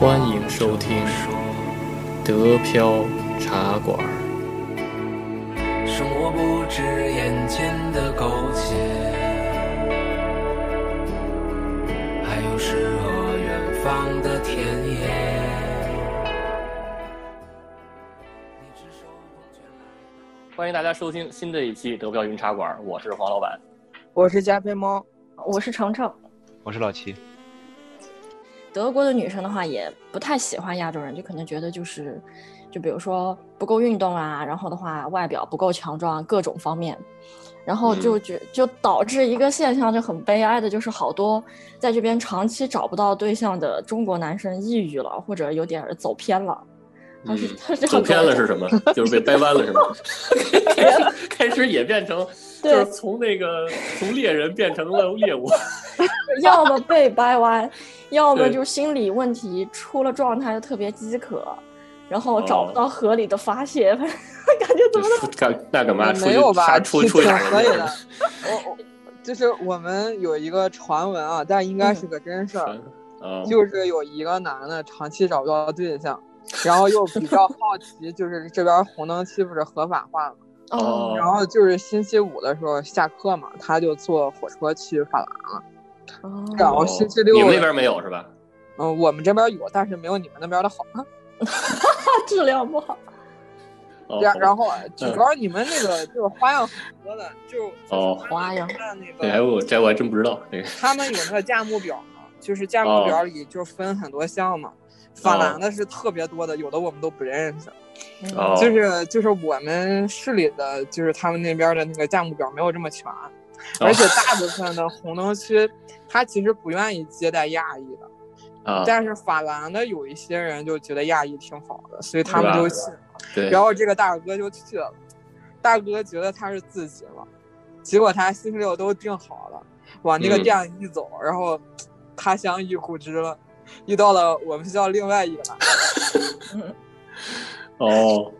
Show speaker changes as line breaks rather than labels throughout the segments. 欢迎收听德飘茶馆。
生活不止眼前的苟且，还有诗和远方的田野。
欢迎大家收听新的一期德飘云茶馆，我是黄老板。
我是加菲猫，
我是程程。
我是老齐，
德国的女生的话，也不太喜欢亚洲人，就可能觉得就是，就比如说不够运动啊，然后的话外表不够强壮，各种方面，然后
嗯
就觉就导致一个现象，就很悲哀的，就是好多在这边长期找不到对象的中国男生抑郁了，或者有点儿走偏了。他
嗯
是他是
走偏了是什么？就是被掰弯了是 吗？ 开始开始也变成，就
对
是从那个从猎人变成了猎物。
要么被掰弯，要么
对
就是心理问题出了状态就特别饥渴，然后找
哦
不到合理的发泄，反正感觉怎么
出干那干嘛？出
没
去
有吧？
杀出
挺
出去
挺
打
合理
人
的。我我就是我们有一个传闻啊，但应该
嗯
是个真事儿，
啊！
就是有一个男的长期找不到对象，然后又比较好奇，就是这边红灯区不是合法化了嘛，
哦
哦
然后就是星期五的时候下课嘛，他就坐火车去法兰，然
哦，
后星期六
你们那边没有是吧？
嗯，我们这边有，但是没有你们那边的好。
它质量不好。
哦
然然后啊主
嗯
要你们那个就是花样很多的，就
哦
花样
看那
哎，
个
我这我还真不知道这个。
他们有那个价目表嘛，就是价
哦
目表里就分很多项嘛。法兰的是特别多的，有的我们都不认识。
嗯
哦，
就是就是我们市里的，就是他们那边的那个价目表没有这么全，
哦
而且大部分的红灯区，他其实不愿意接待亚裔的，
啊，
但是法兰的有一些人就觉得亚裔挺好的，所以他们
是吧
都信。
对，
然后这个大哥就去了，大哥觉得他是自己嘛，结果他星期六都订好了，往那个
嗯
店一走，然后他乡遇故知了，遇到了我们学校另外一个男的，
哦，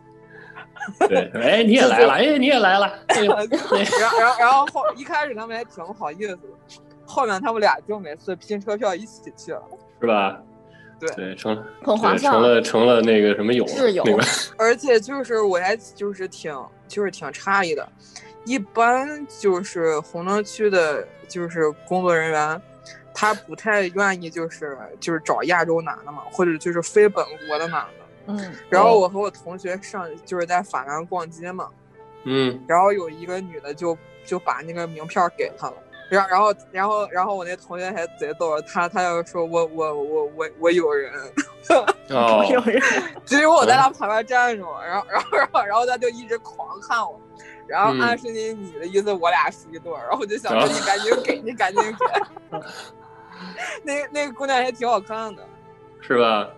对，哎，你也来了，哎，你也来 了，哎呦
然后然后然后后一开始他们还挺不好意思的，后面他们俩就每次拼车票一起去了，
是吧？
对
对，成了，
很划
对成
算，
了成了那个什么友了
挚友
那个
而且就是我还就是挺就是挺诧异的，一般就是红灯区的，就是工作人员，他不太愿意就是就是找亚洲男的嘛，或者就是非本国的男的。
嗯，
然后
哦
我和我同学上就是在法兰逛街嘛，
嗯，
然后有一个女的就就把那个名片给他了。然后，然后，然后，然后我那同学还贼逗，他他要说我我我我我有人，
哦，
只有我在他旁边站着，然后然后然后然后他就一直狂看我，然后暗示你你的意思我俩是一对儿，嗯然后我就想说
啊
你赶紧给，你赶紧给。 那那个姑娘还挺好看的，
是吧？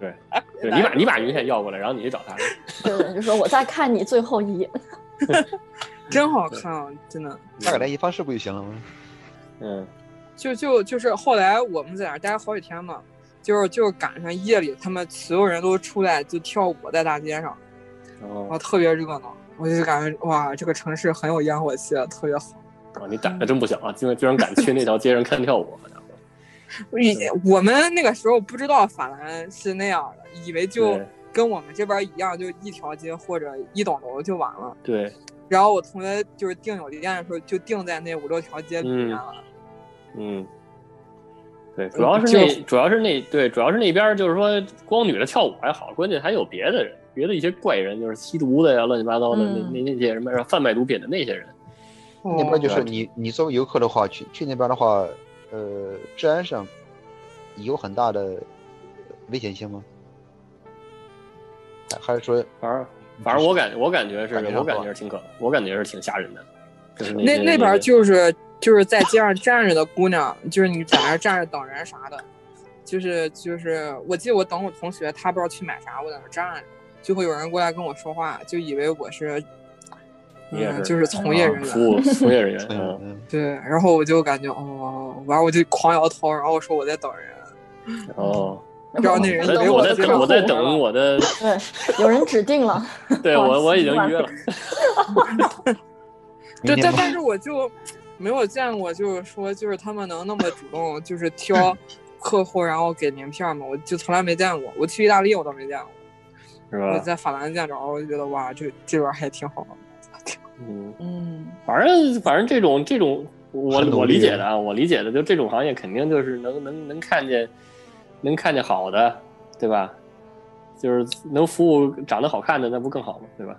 对，对你把你把云线要过来，然后你去找他。
对对，就说我在看你最后一眼。
真好看，啊真的。
大概来一发誓不就行了吗？
嗯，
就就就是后来我们在那儿待好几天嘛，就是就是赶上夜里他们所有人都出来就跳舞在大街上，然后
哦，
特别热闹，我就感觉哇这个城市很有烟火气，啊特别好。
哦你胆子真不小啊，竟然居然敢去那条街上看跳舞，好啊家伙
以我们那个时候不知道法兰是那样的，以为就
对
跟我们这边一样，就一条街或者一栋楼就完了。
对，
然后我同学就是订酒店的时候，就订在那五六条街里面了。
嗯。对，主要是那，主要是那，对，主要是那边儿就是说，光女的跳舞还好，关键还有别的人，别的一些怪人，就是吸毒的呀，乱七八糟的，
嗯
那那那些什么然后贩卖毒品的那些人，
那
哦
边就
对
是你你作为游客的话，去去那边的话，呃，治安上有很大的危险性吗？还还是说，
反正反正我感我感觉是
感觉，上啊
我感觉是挺可，我感觉是挺吓人的，就是
那
些
那边就是就是在街上站着的姑娘，就是你在那儿站着等人啥的，就是就是我记得我等我同学，他不知道去买啥，我在那儿站着，就会有人过来跟我说话，就以为我是，
你也是啊
嗯，就是从业人员。
服务从业人员，
嗯
嗯，
嗯，
对，然后我就感觉哦，完了我就狂摇头，然后我说我在等人，
哦，
然后那
我
人
在
没
我在
接上
等我在等我的，
对，有人指定了。
对我我已经预约了，
对，
明天
但
吧
但是我就没有见过，就是说就是他们能那么主动，就是挑客户，然后给名片嘛，我就从来没见过。我去意大利我都没见过，
是
我
吧？
在法兰见着，我就觉得哇，这这边还挺好。
嗯，
嗯，
反正反正这种这种，我
很努力
我理解的啊，我理解的就这种行业肯定就是能能能看见，能看见好的，对吧？就是能服务长得好看的，那不更好吗？对吧？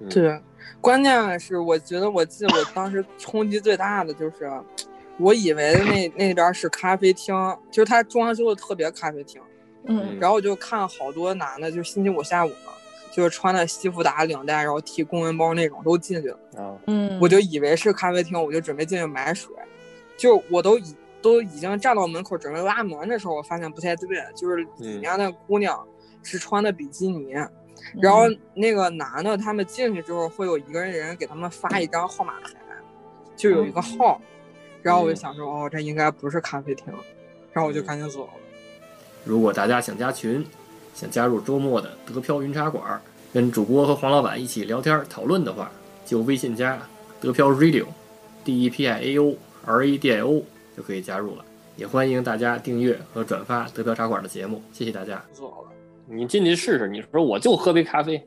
嗯，
对，关键是我觉得我记得我当时冲击最大的就是，我以为那那边是咖啡厅，就是它装修的特别咖啡厅，
嗯
然后我就看好多男的，就是星期五下午嘛，就是穿的西服打领带，然后提公文包那种都进去了，
啊，
嗯，
我就以为是咖啡厅，我就准备进去买水，就我都已都已经站到门口准备拉门的时候，我发现不太对，就是
嗯
里面那姑娘是穿的比基尼。
嗯
然后那个男的，他们进去之后会有一个人给他们发一张号码牌，就有一个
嗯
号，然后我就想说，哦，这应该不是咖啡厅，然后我就
嗯
赶紧走了。
如果大家想加群，想加入周末的德飘云茶馆，跟主播和黄老板一起聊天讨论的话，就微信加德飘 radio，d e p i a o r a d i o 就可以加入了。也欢迎大家订阅和转发德飘茶馆的节目，谢谢大家。
走了，
你进去试试，你说我就喝杯咖啡，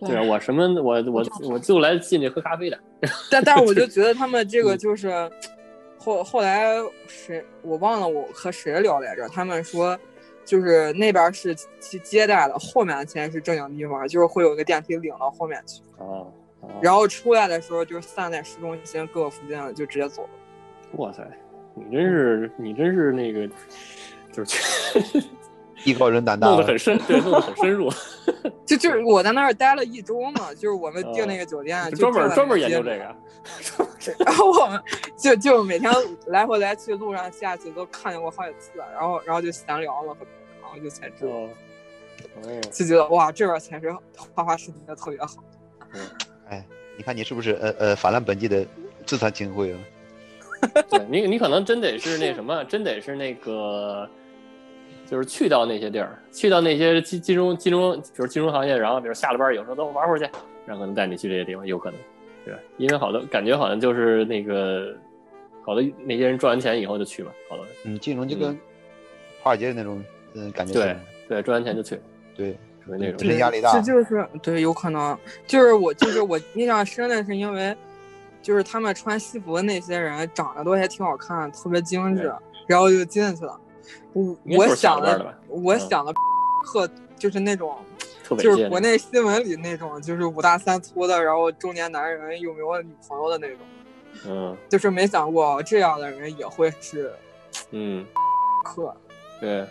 对啊，
对
我什么我我我就来进去喝咖啡的，
但但是我就觉得他们
嗯
这个就是，后后来谁我忘了我和谁聊来着，他们说，就是那边是去接待的，后面先是正经地方，就是会有一个电梯领到后面去，
啊，啊
然后出来的时候就散在市中心各个附近了，就直接走了。
哇塞，你真是你真是那个，就是去
艺高人胆大 啊
弄得
了
很，深，对，弄得很深入。
就就是我在那儿待了一周嘛，就是我们订那个酒店，啊就
哦专门
住在
专门
那
研
个
究
街
这
里
个，
然后我们就就每天来回来去路上下去都看见过好几次，然后然后就闲聊了，然后就才知道，
哦，哎呀，
就觉得哇，这边才是花花世界特别好。
哎，你看你是不是呃呃法兰本地的自惭形秽啊？
对你你可能真得是那什么，真得是那个，就是去到那些地儿，去到那些金金融金融，比如金融行业，然后比如下了班有时候都玩会儿去，然后可能带你去这些地方，有可能，对吧？因为好多感觉好像就是那个，好多那些人赚完钱以后就去嘛，好多人
嗯，金融就跟华尔街那种嗯感觉
对
是
对赚完钱就去，
对，
属于那种
对人压力大
这就是对，有可能就是我就是我印象深的是因为，就是他们穿西服的那些人长得都还挺好看，特别精致
对，
然后就进去了。我
应
我
该就是下
想
了班
的
了吧？
我
嗯
想的课就是那种，
特别
就是国内新闻里那种，就是五大三粗的，然后中年男人有没有女朋友的那种，
嗯
就是没想过这样的人也会是
嗯。
客。
对，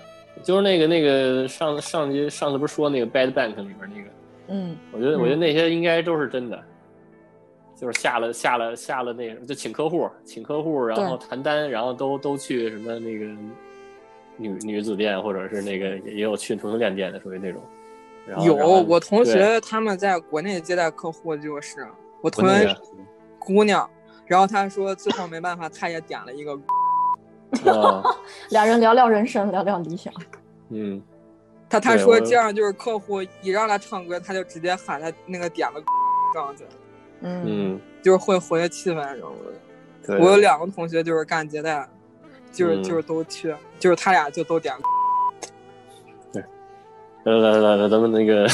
就是那个那个上上集上次不是说那个 Bad Bank 里边那个，
嗯
我觉得
嗯
我觉得那些应该都是真的，就是下了下了下了那什么，就请客户请客户，然后谈单，然后都都去什么那个女女子店，或者是那个也也有去同性恋店的，属于那种。然后
有
然后
我同
对
学他们在国内接待客户，就是我同
国内
学
啊
姑娘，然后她说最后没办法，她也点了一个，
啊，
俩人聊聊人生，聊聊理想，
嗯，
她她
对
说
我
这样就是客户一让她唱歌，她就直接喊她那个点了这样子，
嗯
嗯，
就是会活跃气氛啊什么的。
对
我有两个同学就是干接待，就是、
嗯
就是都去，就是他俩就都点
来来来来，咱们那个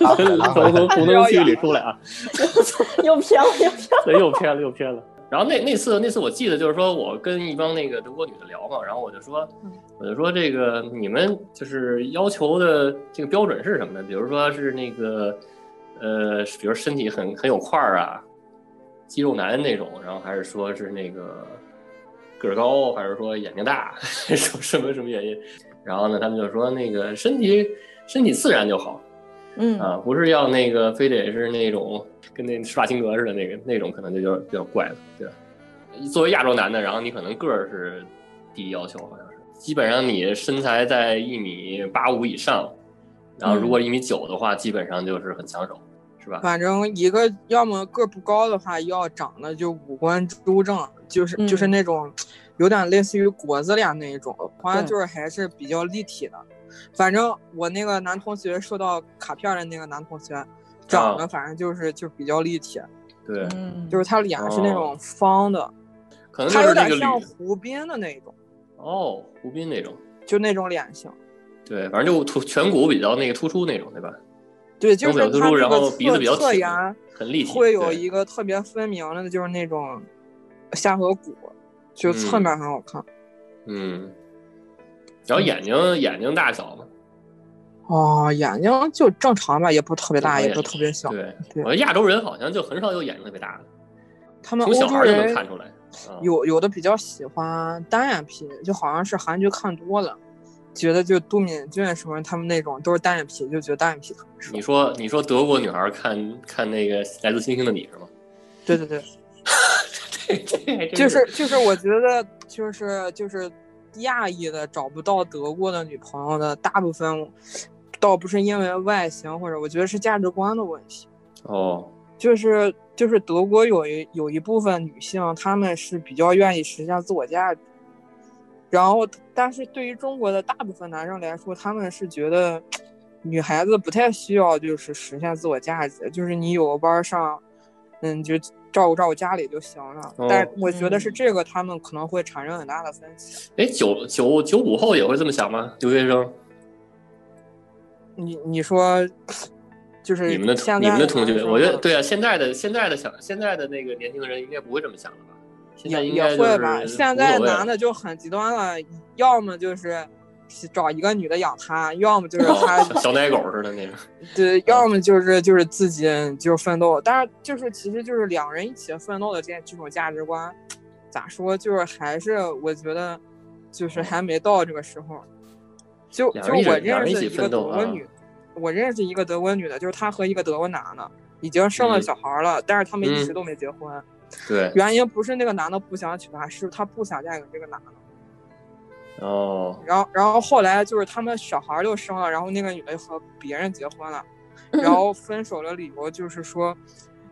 拉回来拉回来
从从胡同区里出来啊。
嗯又飘又飘，
对，又偏了，又偏了。然后那那次那次我记得就是说我跟一帮那个德国女的聊嘛，然后我就说，我就说这个你们就是要求的这个标准是什么呢？比如说是那个，呃，比如身体很很有块儿啊，肌肉男那种，然后还是说是那个个儿高，还是说眼睛大， 还是说什么什么原因？然后呢，他们就说那个身体身体自然就好，
嗯
啊，不是要那个非得是那种跟那施瓦辛格似的那个那种，可能就就比较怪了，对吧？作为亚洲男的，然后你可能个儿是第一要求，好像是，基本上你身材在一米八五以上，然后如
嗯
果一米九的话，基本上就是很抢手，是吧？
反正一个要么个儿不高的话，要长得就五官周正，就是、
嗯
就是那种有点类似于国字脸那一种，好像就是还是比较立体的。反正我那个男同学收到卡片的那个男同学，
啊
长得反正就是就比较立体，
对，
嗯，
就是他脸是那种方的，
哦可能就
他有
是那
点
个
像
铝
湖边的那种。
哦，湖滨那种，
就那种脸型。
对，反正就突颧骨比较那个突出那种，对吧？
对，就是
比较突
它
出，
那
然
个
后鼻子
侧
比较
侧
挺
牙，
很立体，
会有
对
一个特别分明的，就是那种下颌骨，就侧
嗯
面很好看。
嗯，然后
嗯
眼睛眼睛大小嘛，
哦，眼睛就正常吧，也不特别大，
正常
也不
眼睛
特别小。
对，
对
我觉得亚洲人好像就很少有眼睛特别大的，
他们
从
欧
小
洲
孩就能看
人
出来。啊
有有的比较喜欢单眼皮，就好像是韩剧看多了，觉得就都敏俊什么他们那种都是单眼皮，就觉得单眼皮特别
你
帅。
说你说德国女孩看看那个《来自星星的你》是吗？
对对对，
这这还真
就是就是，我觉得就是就是亚裔的找不到德国的女朋友的，大部分倒不是因为外形或者我觉得是价值观的问题，
哦，
就是就是德国有一有一部分女性，她们是比较愿意实现自我价值，然后但是对于中国的大部分男生来说，他们是觉得女孩子不太需要就是实现自我价值，就是你有个班儿上，嗯，你就照顾照顾家里就行了。
哦
但我觉得是
嗯
这个，他们可能会产生很大的分歧。
哎，九九九五后也会这么想吗？留学生，
你你说， 就是
你们的
嗯现
同
在
你们的
的
同
男
学，
生
我觉得
们
对啊，现在的现在的想现在的那个年轻人应该不会这么想了吧？现在
也
应
也
该就
会
是
吧。
无
现
所
在
谓了
男的就很极端了，要么就是找一个女的养他，要么就是他
哦嗯小小奶狗似的那种，
对，要么就是就是自己就是奋斗。但是就是其实就是两人一起奋斗的这这种价值观，咋说就是还是我觉得就是还没到这个时候。就
两
就
人一起
我
两人
认
一
识
起
一个
奋
德
斗
国
啊
女，我认识一个德国女的，就是她和一个德国男的已经生了
嗯
小孩了，但是他们一
嗯
直都没结婚。
对，
原因不是那个男的不想娶她，是她不想嫁给这个男的。
哦，
然后，然后后来就是他们小孩儿都生了，然后那个女的和别人结婚了，然后分手的理由就是说，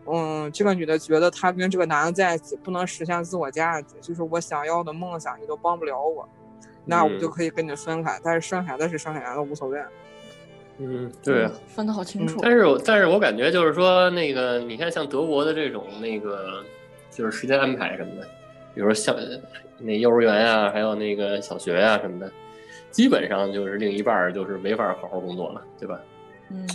嗯，这个女的觉得她跟这个男的在一起不能实现自我价值，就是我想要的梦想你都帮不了我，那我就
嗯
可以跟你分开。但是生孩子是生孩子无所谓。
嗯，对啊，
分得好清楚。
但是我但是我感觉就是说，那个你看像德国的这种那个就是时间安排什么的，比如说像那幼儿园啊，还有那个小学啊什么的，基本上就是另一半儿就是没法好好工作了，对吧？
嗯，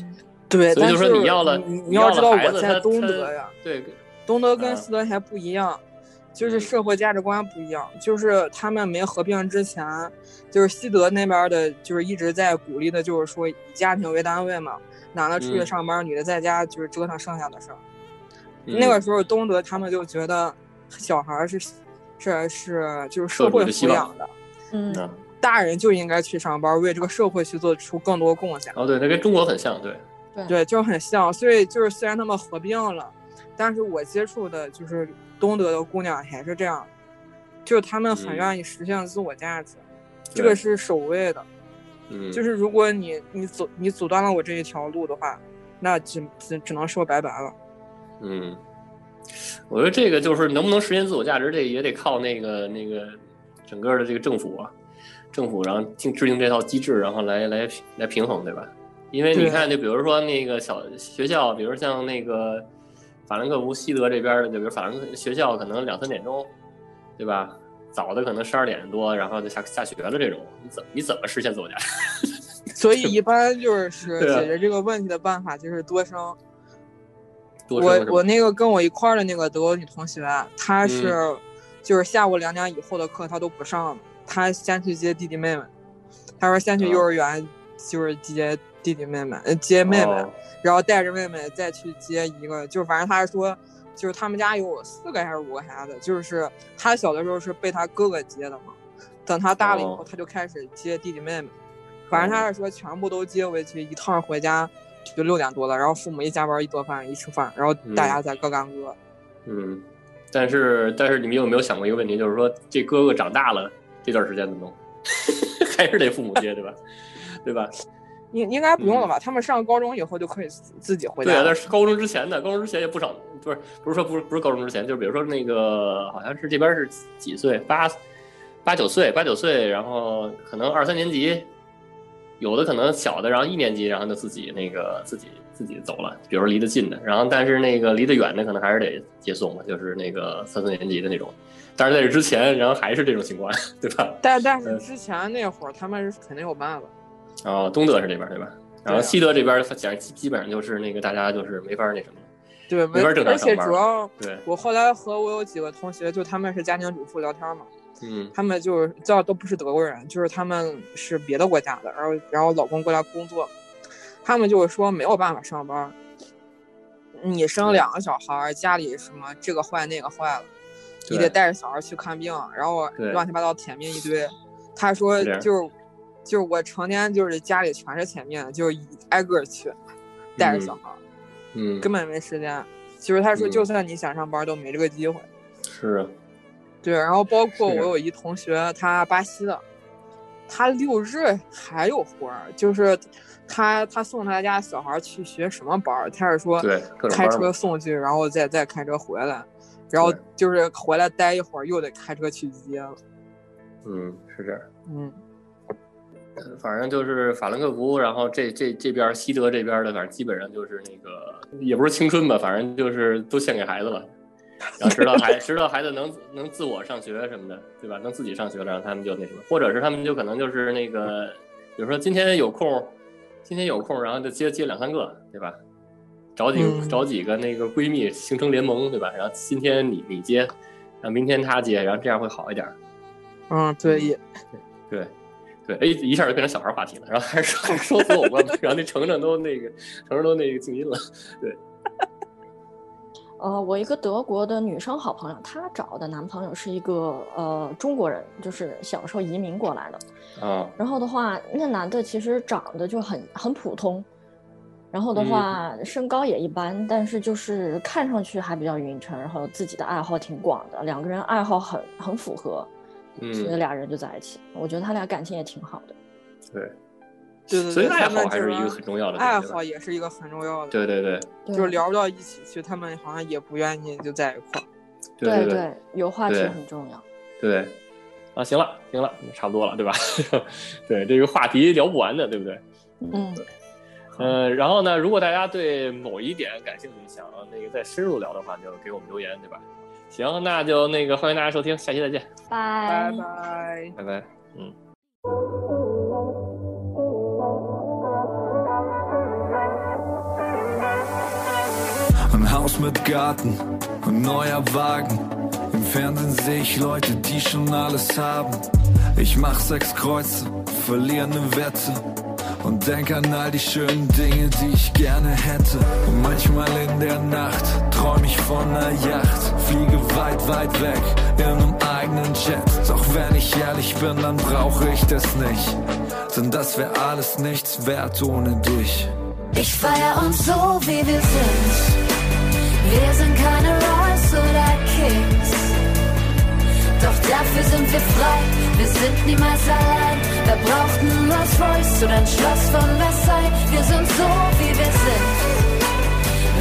对，
所以
但
就说
是
你要了
你
你
要
要
知
了
道
孩
我
子
在
他
东
他
德呀，
对，
东德跟
嗯
斯德还不一样，就是
嗯
社会价值观不一样。就是他们没合并之前，就是西德那边的，就是一直在鼓励的，就是说以家庭为单位嘛，男的出去
嗯
上班，女的在家就是折腾剩下的事儿。
嗯
那个时候东德他们就觉得小孩儿是是是就是社
社
会
会的希
抚
望
养的，
嗯，
啊，
大人就应该去上班，为这个社会去做出更多贡献。
哦对，那跟中国很像，对，
对，就很像。所以就是虽然他们合并了，但是我接触的就是东德的姑娘还是这样，就是她们很
嗯
愿意实现自我价值，这
对
个是首位的。
嗯，
就是如果你你阻你阻断了我这一条路的话，那只只只能说拜拜了。
嗯，我觉得这个就是能不能实现自我价值，这也得靠那个那个整个的这个政府啊，政府然后定制定这套机制，然后来来来平衡，对吧？因为你
对
看，就比如说那个小学校，比如像那个法兰克福西德这边的，就比如法兰克学校可能两三点钟，对吧？早的可能十二点多，然后就下下学了这种，你怎你怎么实现自我价值？
所以一般就是
对啊
解决这个问题的办法就是多生。
多生
我
是吧嗯
我那个跟我一块儿的那个德国女同学，她是、就是下午两点以后的课她都不上了，她先去接弟弟妹妹。她说先去幼
哦
儿园，就是接弟弟妹妹，呃接妹妹，
哦
然后带着妹妹再去接一个，就反正她说。就是他们家有四个还是五个孩子，就是她小的时候是被她哥哥接的嘛，等她大了以后
哦，
她就开始接弟弟妹妹，反正她是说全部都接回去，一趟回家就六点多了，然后父母一加班一做饭一吃饭，然后大家再各干各。
嗯，但是但是你们有没有想过一个问题，就是说这哥哥长大了这段时间怎么弄？ 还是得父母接，对吧？对吧？
应应该不用了吧？他们上高中以后就可以自自己回
嗯对
家
啊，
了。
但是高中之前的，高中之前也不少，不是不是说不是不是高中之前，就是比如说那个好像是这边是几岁，八八九岁，八九岁，然后可能二三年级，有的可能小的，然后一年级，然后就自己那个自己自己走了，比如说离得近的，然后但是那个离得远的可能还是得接送嘛，就是那个三四年级的那种。但是在这之前，然后还是这种情况， 对吧？
但但
呃
是之前那会儿他们是肯定有办法。
然后东德是这边对吧？
啊
然后西德这边讲基本上就是那个大家就是没法那什么。
对，
没法正常
而且
上班
主要
对，
我后来和我有几个同学，就他们是家庭主妇聊天嘛，
嗯
他们就是叫都不是德国人，就是他们是别的国家的，然后然后老公过来工作，他们就是说没有办法上班，你生两个小孩，家里什么这个坏那个坏了，你
对
得带着小孩去看病，然后
对
乱七八糟甜面一堆。他说
是这样
就是就是我成天就是家里全是甜面，就是挨个儿去带着小孩。
嗯，
根本没时间。就是他说，
嗯
就算你想上班，都没这个机会。
是啊
对，然后包括我
是
有一同学，他巴西的，他六日还有活儿，就是他他送他家小孩去学什么班儿，他是说
对各种
开
班儿
车
嘛
送去，然后再再开车回来，然后
对
就是回来待一会儿又得开车去接了。
嗯是这样。嗯
嗯，
反正就是法兰克福，然后这这这边儿西德这边儿的，反正基本上就是那个，也不是青春吧，反正就是都献给孩子了。然后直到 孩直到孩子能能自我上学什么的，对吧？能自己上学了，然后他们就那什么，或者是他们就可能就是那个，比如说今天有空，今天有空，然后就接接两三个，对吧？找几
嗯
找几个那个闺蜜形成联盟，对吧？然后今天你你接，然后明天她接，然后这样会好一点。
嗯，对，也
对，对，哎，一下就变成小孩话题了，然后还是说说死我关吧，然后那程程都那个程程都那个静音了，
呃，我一个德国的女生好朋友，她找的男朋友是一个呃中国人，就是小时候移民过来的。
啊，
然后的话，那男的其实长得就很很普通，然后的
嗯
话、身高也一般，但是就是看上去还比较匀称，然后自己的爱好挺广的，两个人爱好很很符合，所以
嗯，
俩人就在一起。我觉得他俩感情也挺好的。
对，
对对
所以
对，
爱
他
好
们
还是一个
这
很重要的
边
东西
爱
对吧
好也是一个很重要的，
对对对
对
就是聊不到一起去，他们好像也不愿意就在一块儿。
对
对对
有话题
对
很重要。
对，啊，行了行了，差不多了，对吧？ 对，这个话题聊不完的，对不对？
嗯，
呃，然后呢，如果大家对某一点感兴趣，想那个再深入聊的话，就给我们留言，对吧？行，那就那个欢迎大家收听，下期再见，
拜
嗯
拜。
拜拜。
Ein Haus mit Garten und neuer Wagen. Im Fernsehen sehe ich Leute, die schon alles haben. Ich mach sechs Kreuze, verliere ne Wette. Und denk an all die schönen Dinge, die ich gerne hätte. Und manchmal in der Nacht träum ich von ner Yacht. Fliege weit, weit weg in nem eigenen Jet. Doch wenn ich ehrlich bin, dann brauche ich das nicht. Denn das wär alles nichts wert ohne dich.
Ich feier uns so, wie wir sind. Wir sind keine Royce oder Kings. Doch dafür sind wir frei, wir sind niemals allein. Wer braucht einen Rolls Royce oder ein Schloss von Versailles? Wir sind so, wie wir sind.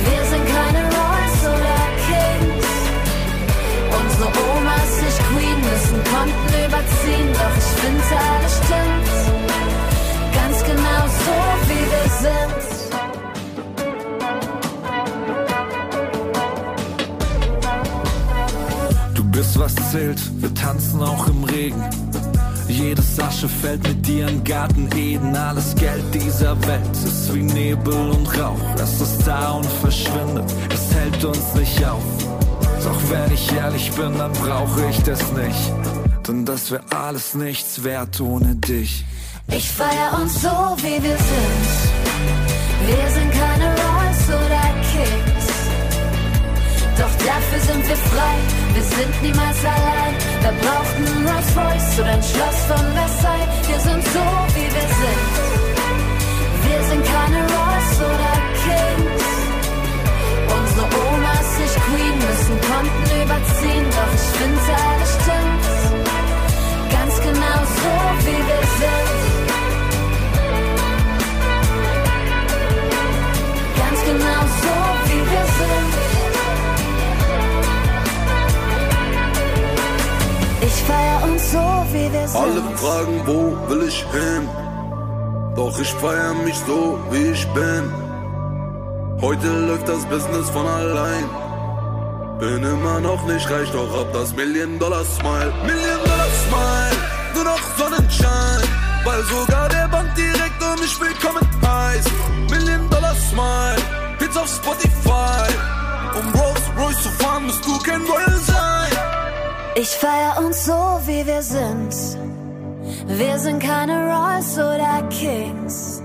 Wir sind keine Royce oder Kings. Unsere Oma ist nicht Queen, müssen Konten überziehen. Doch ich find's alles stimmt. Ganz genau so, wie wir sind.
Du bist was zählt, wir tanzen auch im Regen. Jedes Asche fällt mit dir in Garten Eden. Alles Geld dieser Welt ist wie Nebel und Rauch. Es ist da und verschwindet, es hält uns nicht auf. Doch wenn ich ehrlich bin, dann brauche ich das nicht. Denn das wär alles nichts wert ohne dich.
Ich feier uns so, wie wir sind. Wir sind keine Rolls oder Kings. Doch dafür sind wir frei, wir sind niemals allein. Wer braucht einen Rolls Royce oder ein Schloss von Versailles? Wir sind so, wie wir sind. Wir sind keine Rolls oder Kings. Unsere Oma ist nicht Queen, müssen Konten überziehen. Doch ich find's alles stimmt. Ganz genau so, wie wir sind. ganz genau so, wie wir sind. Ich feier uns so, wie wir sind.
Alle fragen, wo will ich hin? Doch ich feier mich so, wie ich bin. Heute läuft das Business von allein. Bin immer noch nicht reich, doch hab das Million-Dollar-Smile. Million-Dollar-Smile, nur noch Sonnenschein. Weil sogar der Bank direkt und ich willkommen heißt. Million-Dollar-Smile, Hits auf Spotify. Um Rolls Royce zu fahren, musst du kein Royal sein.
Ich feier uns so, wie wir sind. Wir sind keine Royals oder Kings.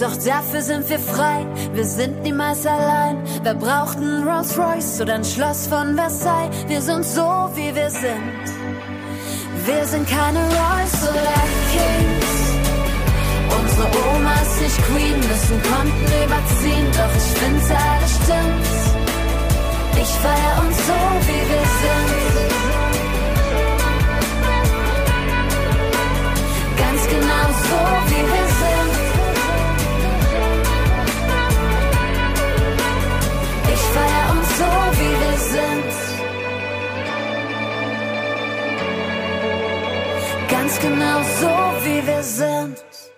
Doch dafür sind wir frei, wir sind niemals allein. Wer braucht einen Rolls Royce oder ein Schloss von Versailles? Wir sind so, wie wir sind. Wir sind keine Royals oder Kings. Unsere Oma ist nicht Queen, müssen Konten überziehen, doch ich find's alles stimmt. Ich feier uns so, wie wir sind. Ganz genau so, wie wir sind. Ich feier uns so, wie wir sind. Ganz genau so, wie wir sind.